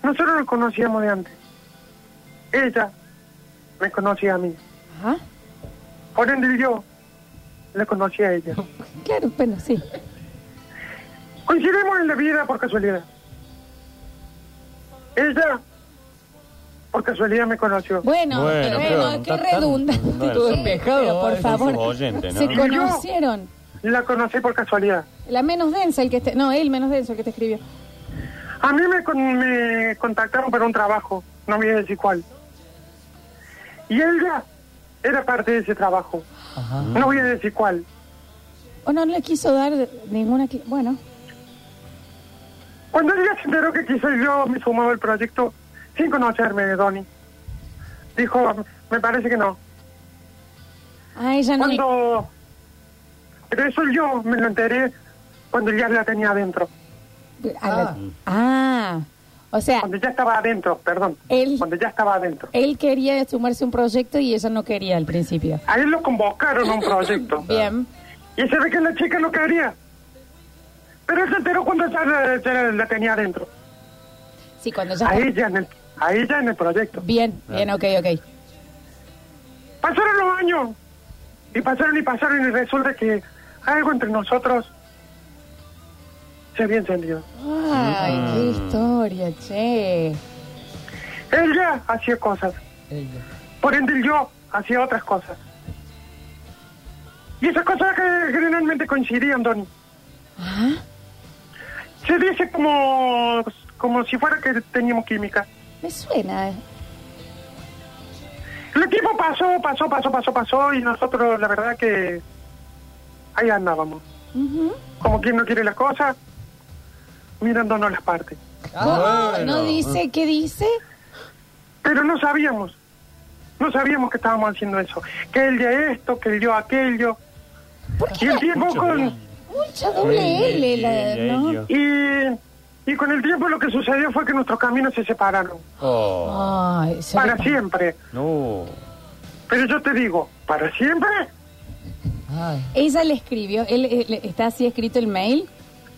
[SPEAKER 5] nosotros nos conocíamos de antes. Ella me conocía a mí.
[SPEAKER 1] Ajá.
[SPEAKER 5] Por ende yo la conocí a ella.
[SPEAKER 1] Claro, bueno, sí.
[SPEAKER 5] Coincidimos en la vida por casualidad. Ella, por casualidad, me conoció.
[SPEAKER 1] Bueno,
[SPEAKER 2] Bueno,
[SPEAKER 1] eh,
[SPEAKER 2] pero
[SPEAKER 1] bueno,
[SPEAKER 2] no
[SPEAKER 1] qué
[SPEAKER 2] está tan-
[SPEAKER 1] redundante.
[SPEAKER 2] no,
[SPEAKER 1] todo
[SPEAKER 2] son-
[SPEAKER 1] despejado, eh,
[SPEAKER 3] pero
[SPEAKER 1] por
[SPEAKER 3] son
[SPEAKER 1] favor.
[SPEAKER 2] sus oyentes, ¿no?
[SPEAKER 1] Se
[SPEAKER 2] Y
[SPEAKER 5] yo-
[SPEAKER 1] conocieron.
[SPEAKER 5] La conocí por casualidad.
[SPEAKER 1] La menos densa, el que te... No, él menos denso, el que te escribió.
[SPEAKER 5] A mí me, con- me contactaron para un trabajo, no voy a decir cuál. Y ella era parte de ese trabajo,
[SPEAKER 3] Ajá.
[SPEAKER 5] no voy a decir cuál.
[SPEAKER 1] O Oh, no, no le quiso dar ninguna... cli- Bueno,
[SPEAKER 5] Cuando ella se enteró que quizás yo me sumaba al proyecto sin conocerme, Donny, dijo, me parece que no.
[SPEAKER 1] a Ah, ella no le...
[SPEAKER 5] Cuando... Pero eso yo me lo enteré cuando ya la tenía adentro.
[SPEAKER 1] a la- Ah. o sea,
[SPEAKER 5] Cuando ya estaba adentro, perdón.
[SPEAKER 1] Él-
[SPEAKER 5] Cuando ya estaba adentro.
[SPEAKER 1] él quería sumarse a un proyecto y ella no quería al principio.
[SPEAKER 5] A él lo convocaron a un proyecto.
[SPEAKER 1] Bien.
[SPEAKER 5] Y se ve que la chica lo quería. Pero él se enteró cuando ya la, ya la- la tenía adentro.
[SPEAKER 1] Sí, cuando ya...
[SPEAKER 5] A
[SPEAKER 1] está-
[SPEAKER 5] ella, en el, a ella en el proyecto.
[SPEAKER 1] Bien, bien, ok, ok.
[SPEAKER 5] Pasaron los años. Y pasaron y pasaron y resulta que algo entre nosotros se había encendido.
[SPEAKER 1] Ay, qué
[SPEAKER 2] Mm.
[SPEAKER 1] historia, che.
[SPEAKER 5] Ella hacía cosas. Por ende yo hacía otras cosas. Y esas cosas que generalmente coincidían, Donny.
[SPEAKER 1] Ah,
[SPEAKER 5] Se dice como, como si fuera que teníamos química.
[SPEAKER 1] Me suena. eh.
[SPEAKER 5] El tiempo pasó, pasó, pasó, pasó, pasó y nosotros la verdad que ahí andábamos. Como quien no quiere las cosas, mirándonos las partes.
[SPEAKER 1] Oh,
[SPEAKER 2] Ah,
[SPEAKER 1] ¿No dice qué dice?
[SPEAKER 5] Pero no sabíamos. No sabíamos que estábamos haciendo eso. Que él de esto, que él dio aquello.
[SPEAKER 1] ¿Por
[SPEAKER 5] Y
[SPEAKER 1] qué?
[SPEAKER 5] el tiempo con...
[SPEAKER 1] Mucho doble L, la- ¿no?
[SPEAKER 5] Y, y con el tiempo lo que sucedió fue que nuestros caminos se separaron.
[SPEAKER 2] Oh,
[SPEAKER 1] Ah. Ay, se
[SPEAKER 5] Para
[SPEAKER 1] le-
[SPEAKER 5] siempre.
[SPEAKER 2] no.
[SPEAKER 5] Pero yo te digo, ¿para siempre?
[SPEAKER 3] Ay.
[SPEAKER 1] Ella le escribió, él, él- está así escrito el mail,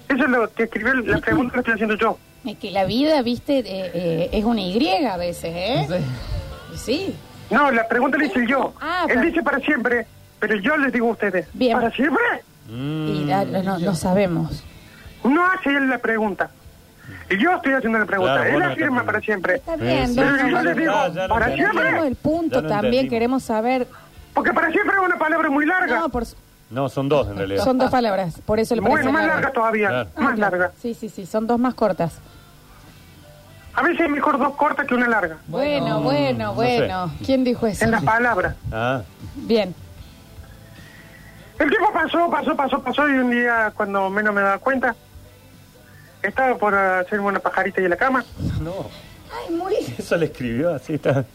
[SPEAKER 5] Eso es lo que escribió el- la pregunta que estoy haciendo yo.
[SPEAKER 1] es eh, que la vida, viste, eh, eh, es una Y a veces, ¿eh?
[SPEAKER 3] Sí.
[SPEAKER 1] Sí.
[SPEAKER 5] No, la pregunta la hice yo.
[SPEAKER 1] Ah,
[SPEAKER 5] Él
[SPEAKER 1] pero-
[SPEAKER 5] dice para siempre, pero yo les digo a ustedes,
[SPEAKER 1] Bien.
[SPEAKER 5] ¿para siempre?
[SPEAKER 2] Mm,
[SPEAKER 1] Y la- no, no, no sabemos.
[SPEAKER 5] No hace él la pregunta. Y yo estoy haciendo la pregunta.
[SPEAKER 2] Claro,
[SPEAKER 5] él
[SPEAKER 2] vos no
[SPEAKER 5] afirma
[SPEAKER 2] estás-
[SPEAKER 5] para siempre.
[SPEAKER 1] Está bien,
[SPEAKER 2] Sí, sí,
[SPEAKER 1] don
[SPEAKER 5] sí,
[SPEAKER 1] Ramón,
[SPEAKER 5] yo le digo,
[SPEAKER 2] Ya, ya lo
[SPEAKER 5] para
[SPEAKER 1] pero
[SPEAKER 2] entendí.
[SPEAKER 5] siempre.
[SPEAKER 1] queremos el
[SPEAKER 2] Ya
[SPEAKER 1] punto
[SPEAKER 2] lo
[SPEAKER 1] también,
[SPEAKER 2] entendimos.
[SPEAKER 1] queremos saber.
[SPEAKER 5] Porque para siempre es una palabra muy larga.
[SPEAKER 1] No, por su-
[SPEAKER 2] No, son dos en realidad.
[SPEAKER 1] son dos palabras, por eso le
[SPEAKER 5] bueno,
[SPEAKER 1] parece
[SPEAKER 5] más
[SPEAKER 1] largo.
[SPEAKER 5] larga todavía.
[SPEAKER 2] Claro.
[SPEAKER 1] Ah,
[SPEAKER 5] Más
[SPEAKER 1] claro.
[SPEAKER 5] larga.
[SPEAKER 1] Sí, sí, sí, son dos más cortas.
[SPEAKER 5] A veces es mejor dos cortas que una larga.
[SPEAKER 1] Bueno, bueno,
[SPEAKER 2] no
[SPEAKER 1] bueno. ¿Quién dijo eso?
[SPEAKER 5] En las palabras.
[SPEAKER 2] Ah,
[SPEAKER 1] Bien.
[SPEAKER 5] El tiempo pasó, pasó, pasó, pasó y un día cuando menos me daba cuenta, estaba por hacerme una pajarita ahí en la cama
[SPEAKER 2] no.
[SPEAKER 1] Ay, muy.
[SPEAKER 2] Eso le escribió así. Está.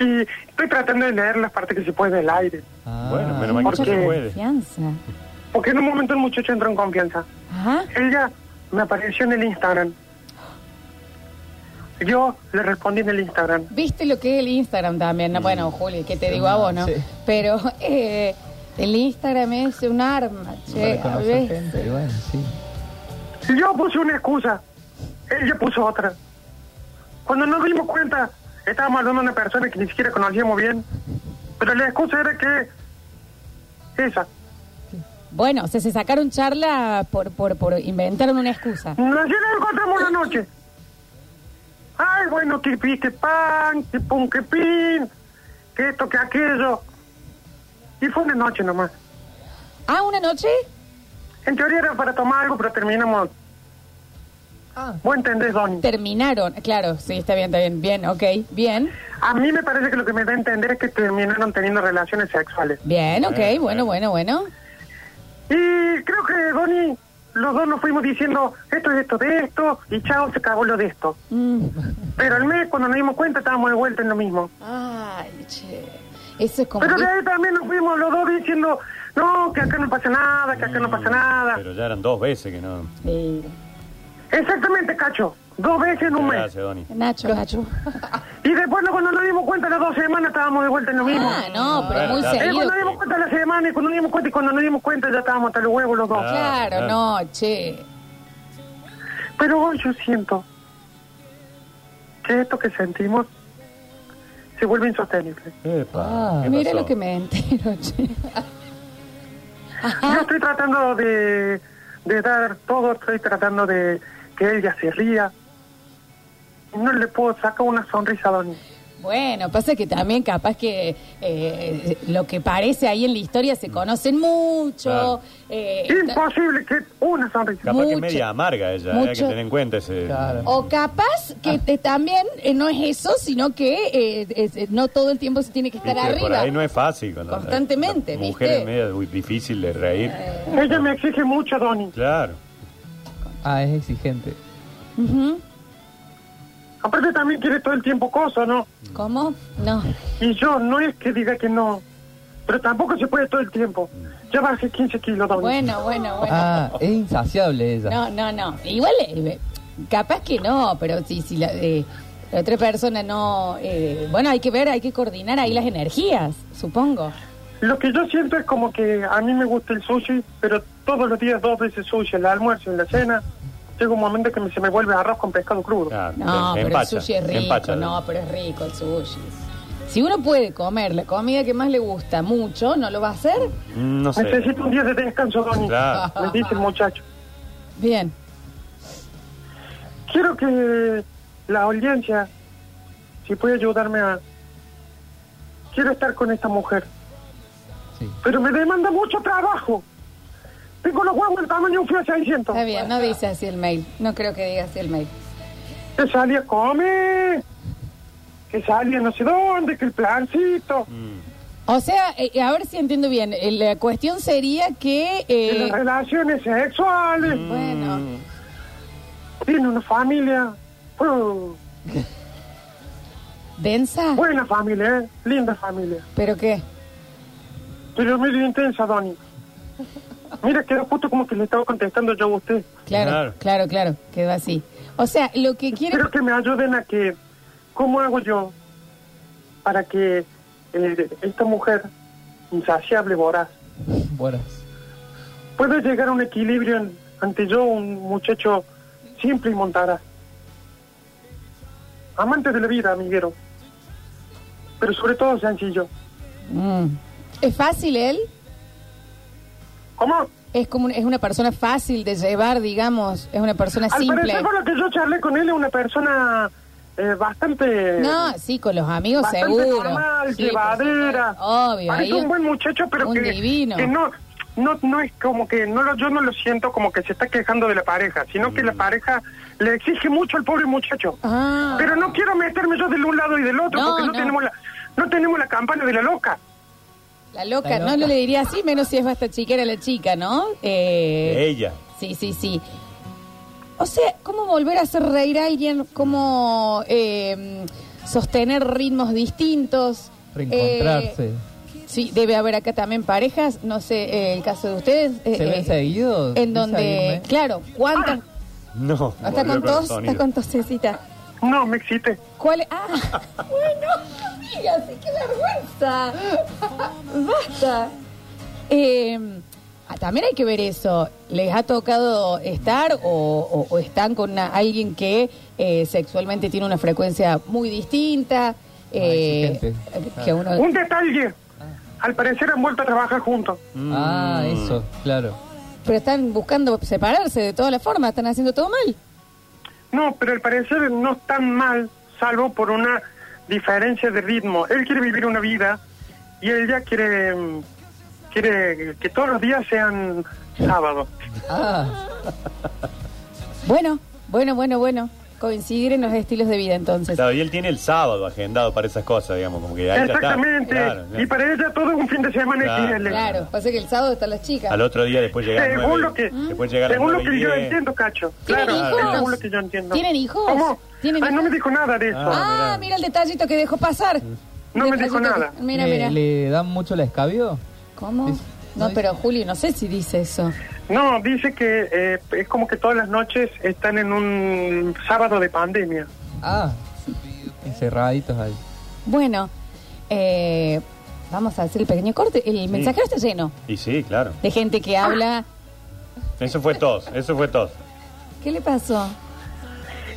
[SPEAKER 5] y estoy tratando de leer las partes que se pueden del aire.
[SPEAKER 3] ah.
[SPEAKER 2] Bueno, menos mal que
[SPEAKER 5] ¿Por
[SPEAKER 2] se
[SPEAKER 5] qué?
[SPEAKER 2] puede.
[SPEAKER 1] Confianza.
[SPEAKER 5] Porque en un momento el muchacho entró en confianza.
[SPEAKER 1] Ajá.
[SPEAKER 5] Ella me apareció en el Instagram. Yo le respondí en el Instagram.
[SPEAKER 1] Viste lo que es el Instagram también. No, bueno, Juli, que te digo a vos, ¿no?
[SPEAKER 3] Sí.
[SPEAKER 1] Pero eh, el Instagram es un arma, che.
[SPEAKER 3] Para
[SPEAKER 1] a ver.
[SPEAKER 3] conocer gente, bueno, sí.
[SPEAKER 5] Yo puse una excusa, ella puso otra. Cuando nos dimos cuenta, estábamos hablando de una persona que ni siquiera conocíamos bien, pero la excusa era que esa.
[SPEAKER 1] Bueno, o sea, se sacaron charla por, por, por inventaron una excusa.
[SPEAKER 5] Nos la encontramos una noche. Ay, bueno, que piste pan, que pum, que pin, que esto, que aquello. Y fue una noche nomás.
[SPEAKER 1] Ah, una noche.
[SPEAKER 5] En teoría era para tomar algo, pero terminamos. Vos entendés, Donny.
[SPEAKER 1] Terminaron. Claro, sí, está bien, está bien. Bien, ok. Bien.
[SPEAKER 5] A mí me parece que lo que me da a entender es que terminaron teniendo relaciones sexuales.
[SPEAKER 1] Bien, ok.
[SPEAKER 2] Bien,
[SPEAKER 1] Bueno, bueno, bueno.
[SPEAKER 5] Y creo que, Donny, los dos nos fuimos diciendo esto es esto de esto y chao, se acabó lo de esto.
[SPEAKER 1] Mm.
[SPEAKER 5] Pero al mes, cuando nos dimos cuenta, estábamos de vuelta en lo mismo.
[SPEAKER 1] Ay, che. Eso es como.
[SPEAKER 5] Pero de ahí también nos fuimos los dos diciendo, no, que acá no pasa nada, que acá no
[SPEAKER 1] Mm,
[SPEAKER 5] pasa nada.
[SPEAKER 2] Pero ya eran dos veces que no.
[SPEAKER 1] Sí.
[SPEAKER 5] Exactamente, Cacho. Dos veces en un mes.
[SPEAKER 2] Gracias, Donny.
[SPEAKER 1] Nacho, Nacho.
[SPEAKER 5] Y después, cuando nos dimos cuenta, las dos semanas estábamos de vuelta en lo mismo.
[SPEAKER 1] Ah, no, pero
[SPEAKER 2] Bueno,
[SPEAKER 1] muy
[SPEAKER 2] ya.
[SPEAKER 5] Eh,
[SPEAKER 1] seguido. pues.
[SPEAKER 5] cuando nos dimos cuenta la semana y cuando nos dimos cuenta y cuando nos dimos cuenta ya estábamos hasta los huevos los dos.
[SPEAKER 2] Ah.
[SPEAKER 1] Claro,
[SPEAKER 2] claro.
[SPEAKER 1] no, che.
[SPEAKER 5] Pero hoy yo siento que esto que sentimos se vuelve insostenible.
[SPEAKER 2] Epa, Ah, ¿qué
[SPEAKER 1] Ah, Mira
[SPEAKER 2] pasó?
[SPEAKER 1] lo que me entero, che. Ah.
[SPEAKER 5] Yo estoy tratando de, de dar todo, estoy tratando de que ella se ría. Y no le puedo sacar una sonrisa a Donnie.
[SPEAKER 1] Bueno, pasa que también capaz que eh, lo que parece ahí en la historia se conocen mucho.
[SPEAKER 2] Claro.
[SPEAKER 1] eh, está-
[SPEAKER 5] Imposible que una sonrisa.
[SPEAKER 2] Capaz que
[SPEAKER 1] Mucho.
[SPEAKER 2] media amarga ella, eh, hay que
[SPEAKER 1] Mucho.
[SPEAKER 2] tener en cuenta ese.
[SPEAKER 3] Claro.
[SPEAKER 1] o capaz
[SPEAKER 2] Ah.
[SPEAKER 1] que te- también eh, no es eso, sino que eh, es- eh, no todo el tiempo se tiene que estar
[SPEAKER 2] Viste, Por
[SPEAKER 1] arriba.
[SPEAKER 2] ahí no es fácil. Cuando
[SPEAKER 1] Constantemente,
[SPEAKER 2] la mujer
[SPEAKER 1] ¿viste?
[SPEAKER 2] es medio muy difícil de reír.
[SPEAKER 5] Ella me exige mucho, Donnie.
[SPEAKER 2] Claro.
[SPEAKER 3] Ah, es exigente.
[SPEAKER 1] Ujú.
[SPEAKER 5] Aparte también quiere todo el tiempo cosas, ¿no?
[SPEAKER 1] ¿Cómo? No.
[SPEAKER 5] Y yo no es que diga que no, pero tampoco se puede todo el tiempo. Ya bajé 15 kilos, Donnie.
[SPEAKER 1] Bueno, bueno, bueno.
[SPEAKER 3] Ah, es insaciable ella.
[SPEAKER 1] No, no, no. Igual, eh, capaz que no, pero si, si la, eh, la otra persona no... eh, bueno, hay que ver, hay que coordinar ahí las energías, supongo.
[SPEAKER 5] Lo que yo siento es como que a mí me gusta el sushi, pero todos los días dos veces sushi, en el almuerzo y en la cena. Llega un momento que me- se me vuelve arroz con pescado crudo.
[SPEAKER 2] claro.
[SPEAKER 1] No,
[SPEAKER 2] Te-
[SPEAKER 1] Ah, pero
[SPEAKER 2] empacha,
[SPEAKER 1] el sushi es
[SPEAKER 2] te
[SPEAKER 1] rico.
[SPEAKER 2] empacha.
[SPEAKER 1] no, pero es rico el sushi. Si uno puede comer la comida que más le gusta mucho, ¿no lo va a hacer?
[SPEAKER 2] Mm, No sé.
[SPEAKER 5] Necesito un día de descanso, Donnie.
[SPEAKER 2] Claro.
[SPEAKER 5] Me dice el muchacho.
[SPEAKER 1] Bien.
[SPEAKER 5] Quiero que la audiencia, si puede ayudarme a... Quiero estar con esta mujer.
[SPEAKER 3] Sí.
[SPEAKER 5] Pero me demanda mucho trabajo. Tengo los huevos en tamaño un a 600.
[SPEAKER 1] Está bien, no dice así el mail. No creo que diga así el mail.
[SPEAKER 5] Que salía a comer, que salía no sé dónde, que el plancito,
[SPEAKER 2] Mm.
[SPEAKER 1] O sea, eh, a ver si entiendo bien. Eh, La cuestión sería que...
[SPEAKER 5] que
[SPEAKER 1] eh,
[SPEAKER 5] las relaciones sexuales.
[SPEAKER 2] Mm.
[SPEAKER 1] bueno,
[SPEAKER 5] Tiene una familia. uh,
[SPEAKER 1] densa,
[SPEAKER 5] buena familia, ¿eh? linda familia.
[SPEAKER 1] pero qué.
[SPEAKER 5] Pero medio intensa, Donny. Mira, queda justo como que le estaba contestando yo a usted.
[SPEAKER 1] Claro, claro,
[SPEAKER 2] Claro.
[SPEAKER 1] claro, quedó así. O sea, lo que quiere...
[SPEAKER 5] Quiero que me ayuden a que, ¿cómo hago yo para que eh, esta mujer, insaciable, voraz,
[SPEAKER 3] Buenas.
[SPEAKER 1] Eh,
[SPEAKER 5] pueda llegar a un equilibrio en- ante yo, un muchacho simple y montada? Amante de la vida, amiguero. Pero sobre todo sencillo.
[SPEAKER 1] Mm. ¿Es fácil él?
[SPEAKER 5] ¿Cómo?
[SPEAKER 1] Es como un- es una persona fácil de llevar, digamos. Es una persona
[SPEAKER 5] Al
[SPEAKER 1] simple.
[SPEAKER 5] parecer, con lo que yo charlé con él, es una persona eh, bastante.
[SPEAKER 1] No, sí, con los amigos
[SPEAKER 5] bastante
[SPEAKER 1] seguro.
[SPEAKER 5] normal,
[SPEAKER 1] Sí, por
[SPEAKER 5] llevadera.
[SPEAKER 1] supuesto. Obvio,
[SPEAKER 5] Parece
[SPEAKER 1] ahí
[SPEAKER 5] un buen muchacho, pero
[SPEAKER 1] un
[SPEAKER 5] que.
[SPEAKER 1] divino.
[SPEAKER 5] que no. no no es como que no lo, yo no lo siento como que se está quejando de la pareja, sino que la pareja le exige mucho al pobre muchacho.
[SPEAKER 1] Mm. Ah.
[SPEAKER 5] Pero no quiero meterme yo del un lado y del otro
[SPEAKER 1] No,
[SPEAKER 5] porque no,
[SPEAKER 1] no.
[SPEAKER 5] tenemos la no tenemos la campana de la loca.
[SPEAKER 1] La loca,
[SPEAKER 3] La
[SPEAKER 1] no,
[SPEAKER 3] loca.
[SPEAKER 1] no le diría así, menos si es basta chiquera la chica, ¿no? Eh,
[SPEAKER 7] Ella.
[SPEAKER 1] sí, sí, sí. O sea, ¿cómo volver a hacer reír a alguien? ¿Cómo eh, sostener ritmos distintos?
[SPEAKER 3] Reencontrarse.
[SPEAKER 1] Eh, sí, debe haber acá también parejas, no sé, eh, el caso de ustedes. eh,
[SPEAKER 3] ¿Se
[SPEAKER 1] eh,
[SPEAKER 3] ven seguidos?
[SPEAKER 1] En
[SPEAKER 3] ¿Sí
[SPEAKER 1] donde,
[SPEAKER 3] saben, eh?
[SPEAKER 1] claro, ¿cuántas?
[SPEAKER 7] No.
[SPEAKER 1] Ah, está
[SPEAKER 7] Volvió
[SPEAKER 1] con tos,
[SPEAKER 7] el
[SPEAKER 1] está
[SPEAKER 7] sonido.
[SPEAKER 1] con tosecita.
[SPEAKER 5] No, me excite.
[SPEAKER 1] ¿Cuál es? Ah, bueno, no digas, qué vergüenza. Basta. Eh, ah, también hay que ver eso. ¿Les ha tocado estar o, o- o están con una- alguien que eh, sexualmente tiene una frecuencia muy distinta? eh,
[SPEAKER 3] exigente.
[SPEAKER 1] que uno,
[SPEAKER 5] Un detalle.
[SPEAKER 1] Ah.
[SPEAKER 5] Al parecer han vuelto a trabajar juntos.
[SPEAKER 3] Ah, eso, claro.
[SPEAKER 1] pero están buscando separarse de todas las formas, están haciendo todo mal.
[SPEAKER 5] No, pero al parecer no están mal, salvo por una diferencia de ritmo. Él quiere vivir una vida y ella quiere mm, quiere que todos los días sean sábados.
[SPEAKER 3] Ah,
[SPEAKER 1] Bueno, bueno, bueno, bueno. Coincidir en los estilos de vida entonces.
[SPEAKER 2] Claro, y él tiene el sábado agendado para esas cosas, digamos, como que ahí ya está.
[SPEAKER 5] Exactamente.
[SPEAKER 2] Claro, claro.
[SPEAKER 5] Y para ella todo es un fin de semana
[SPEAKER 2] Claro,
[SPEAKER 5] exigible.
[SPEAKER 1] Claro, pasa que el sábado están las chicas.
[SPEAKER 2] Al otro día después llegar a las
[SPEAKER 5] Según
[SPEAKER 2] nueve,
[SPEAKER 5] lo que,
[SPEAKER 2] Mm. después llegar a las
[SPEAKER 5] según lo
[SPEAKER 2] nueve
[SPEAKER 5] que
[SPEAKER 2] y
[SPEAKER 5] yo
[SPEAKER 2] diez.
[SPEAKER 5] entiendo, Cacho.
[SPEAKER 1] ¿Tienen
[SPEAKER 5] Claro,
[SPEAKER 1] hijos?
[SPEAKER 5] según lo que yo entiendo.
[SPEAKER 1] ¿Tienen hijos?
[SPEAKER 5] ¿Cómo?
[SPEAKER 1] ¿Tienen
[SPEAKER 5] Ay, no
[SPEAKER 1] hijos?
[SPEAKER 5] me dijo nada de eso.
[SPEAKER 1] Ah, mira. el detallito que dejó pasar.
[SPEAKER 5] No me dijo
[SPEAKER 1] Detallito
[SPEAKER 5] nada.
[SPEAKER 1] que- Mira,
[SPEAKER 3] ¿le-
[SPEAKER 1] mira.
[SPEAKER 3] Eh, ¿Le dan mucho la escabio?
[SPEAKER 1] ¿Cómo?
[SPEAKER 3] Es-
[SPEAKER 1] No,
[SPEAKER 3] no es-
[SPEAKER 1] pero Julio, no sé si dice eso.
[SPEAKER 5] No, dice que eh, es como que todas las noches están en un sábado de pandemia.
[SPEAKER 3] Ah, encerraditos ahí.
[SPEAKER 1] Bueno, eh, vamos a hacer el pequeño corte. El mensajero está lleno
[SPEAKER 2] Y sí, claro.
[SPEAKER 1] de gente que habla.
[SPEAKER 2] Eso fue tos, eso fue tos.
[SPEAKER 1] ¿Qué le pasó?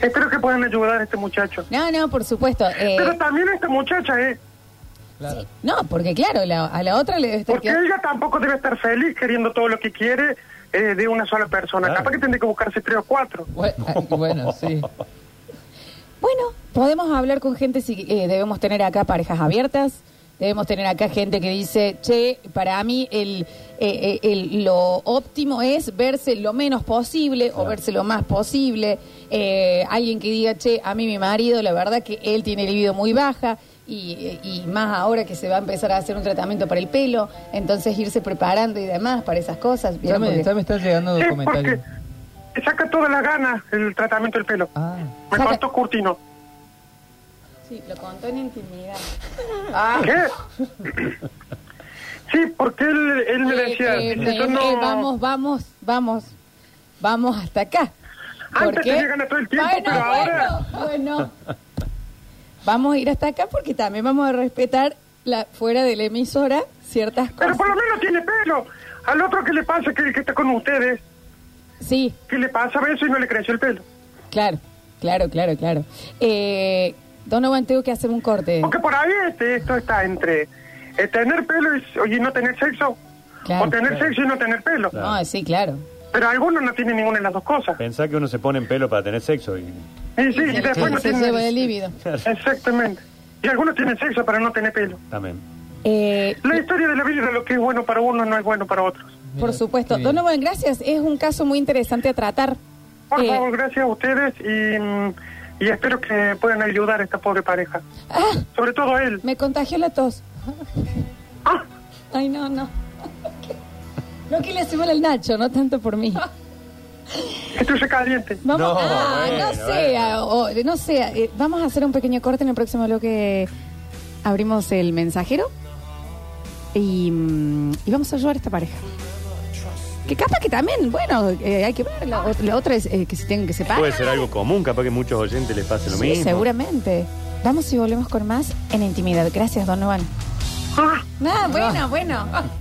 [SPEAKER 5] Espero que puedan ayudar a este muchacho.
[SPEAKER 1] No, no, por supuesto. eh,
[SPEAKER 5] Pero también a esta muchacha, ¿eh?
[SPEAKER 3] Claro.
[SPEAKER 1] no, porque claro, la- a la otra le debe estar
[SPEAKER 5] Porque
[SPEAKER 1] quedando-
[SPEAKER 5] ella tampoco debe estar feliz queriendo todo lo que quiere eh, de una sola persona.
[SPEAKER 2] Claro.
[SPEAKER 5] Capaz que tendría que buscarse tres o cuatro.
[SPEAKER 3] Bue- ah, Bueno, sí.
[SPEAKER 1] Bueno, podemos hablar con gente si eh, debemos tener acá parejas abiertas. Debemos tener acá gente que dice, che, para mí el, eh, eh, el- lo óptimo es verse lo menos posible o verse lo más posible. Eh, alguien que diga, che, a mí mi marido, la verdad que él tiene libido muy baja y, eh, y más ahora que se va a empezar a hacer un tratamiento para el pelo. Entonces irse preparando y demás para esas cosas.
[SPEAKER 3] Ya
[SPEAKER 1] ¿vieron?
[SPEAKER 3] me,
[SPEAKER 1] Porque-
[SPEAKER 3] ya me están llegando
[SPEAKER 5] Sí,
[SPEAKER 3] comentarios.
[SPEAKER 5] porque saca todas las ganas el tratamiento del pelo.
[SPEAKER 3] Ah,
[SPEAKER 5] Me
[SPEAKER 1] Saca-
[SPEAKER 5] contó Curtino.
[SPEAKER 1] Sí, lo contó en intimidad. Ah.
[SPEAKER 5] ¿Qué? sí, porque él, él me
[SPEAKER 1] Eh,
[SPEAKER 5] decía,
[SPEAKER 1] eh,
[SPEAKER 5] dice,
[SPEAKER 1] eh,
[SPEAKER 5] yo no...
[SPEAKER 1] eh, vamos, vamos, vamos, vamos hasta acá. ¿Por
[SPEAKER 5] Antes
[SPEAKER 1] qué?
[SPEAKER 5] tenía ganas todo el tiempo,
[SPEAKER 1] bueno,
[SPEAKER 5] pero
[SPEAKER 1] bueno,
[SPEAKER 5] ahora-
[SPEAKER 1] bueno. Vamos a ir hasta acá porque también vamos a respetar la, fuera de la emisora ciertas
[SPEAKER 5] Pero
[SPEAKER 1] cosas.
[SPEAKER 5] por lo menos tiene pelo. Al otro que le pasa, que, que está con ustedes,
[SPEAKER 1] Sí,
[SPEAKER 5] que le pasa eso y no le creció el pelo.
[SPEAKER 1] claro, claro, claro, claro. Eh, Donovan, tengo que hacer un corte.
[SPEAKER 5] Porque por ahí este, esto está entre eh, tener pelo y, y no tener sexo.
[SPEAKER 1] Claro.
[SPEAKER 5] o tener sexo y no tener pelo.
[SPEAKER 1] No, sí, claro.
[SPEAKER 5] Pero algunos no tienen ninguna de las dos cosas.
[SPEAKER 2] Pensá que uno se pone en pelo para tener sexo. Y...
[SPEAKER 5] Y sí, y después no
[SPEAKER 1] Este, se lleva el
[SPEAKER 5] tienen...
[SPEAKER 1] líbido.
[SPEAKER 5] Exactamente. Y algunos tienen sexo para no tener pelo.
[SPEAKER 2] Amén.
[SPEAKER 1] Eh,
[SPEAKER 5] La historia de la vida, lo que es bueno para unos no es bueno para otros.
[SPEAKER 1] por supuesto.
[SPEAKER 3] qué bien.
[SPEAKER 1] Donovan, gracias. Es un caso muy interesante a tratar.
[SPEAKER 5] Por
[SPEAKER 1] Eh,
[SPEAKER 5] favor, gracias a ustedes y, mm, y espero que puedan ayudar a esta pobre pareja.
[SPEAKER 1] ah,
[SPEAKER 5] Sobre todo a él.
[SPEAKER 1] me contagió la tos.
[SPEAKER 5] Ah,
[SPEAKER 1] Ay, no, no. No que le hace mal al Nacho, no tanto por mí.
[SPEAKER 5] estoy se caliente.
[SPEAKER 1] Vamos,
[SPEAKER 2] No,
[SPEAKER 1] ah, no
[SPEAKER 2] bueno,
[SPEAKER 1] sea, o- no sea. eh, vamos a hacer un pequeño corte en el próximo bloque. Abrimos el mensajero y, mm, y vamos a ayudar a esta pareja. Que capaz que también, bueno, eh, hay que ver. La, ot- la otra es eh, que se tienen que separar.
[SPEAKER 7] Puede ser algo común, capaz que muchos oyentes les pase lo
[SPEAKER 1] Sí,
[SPEAKER 7] mismo.
[SPEAKER 1] seguramente. Vamos y volvemos con más en intimidad. Gracias, Donovan.
[SPEAKER 5] Ah.
[SPEAKER 1] Ah, bueno, bueno.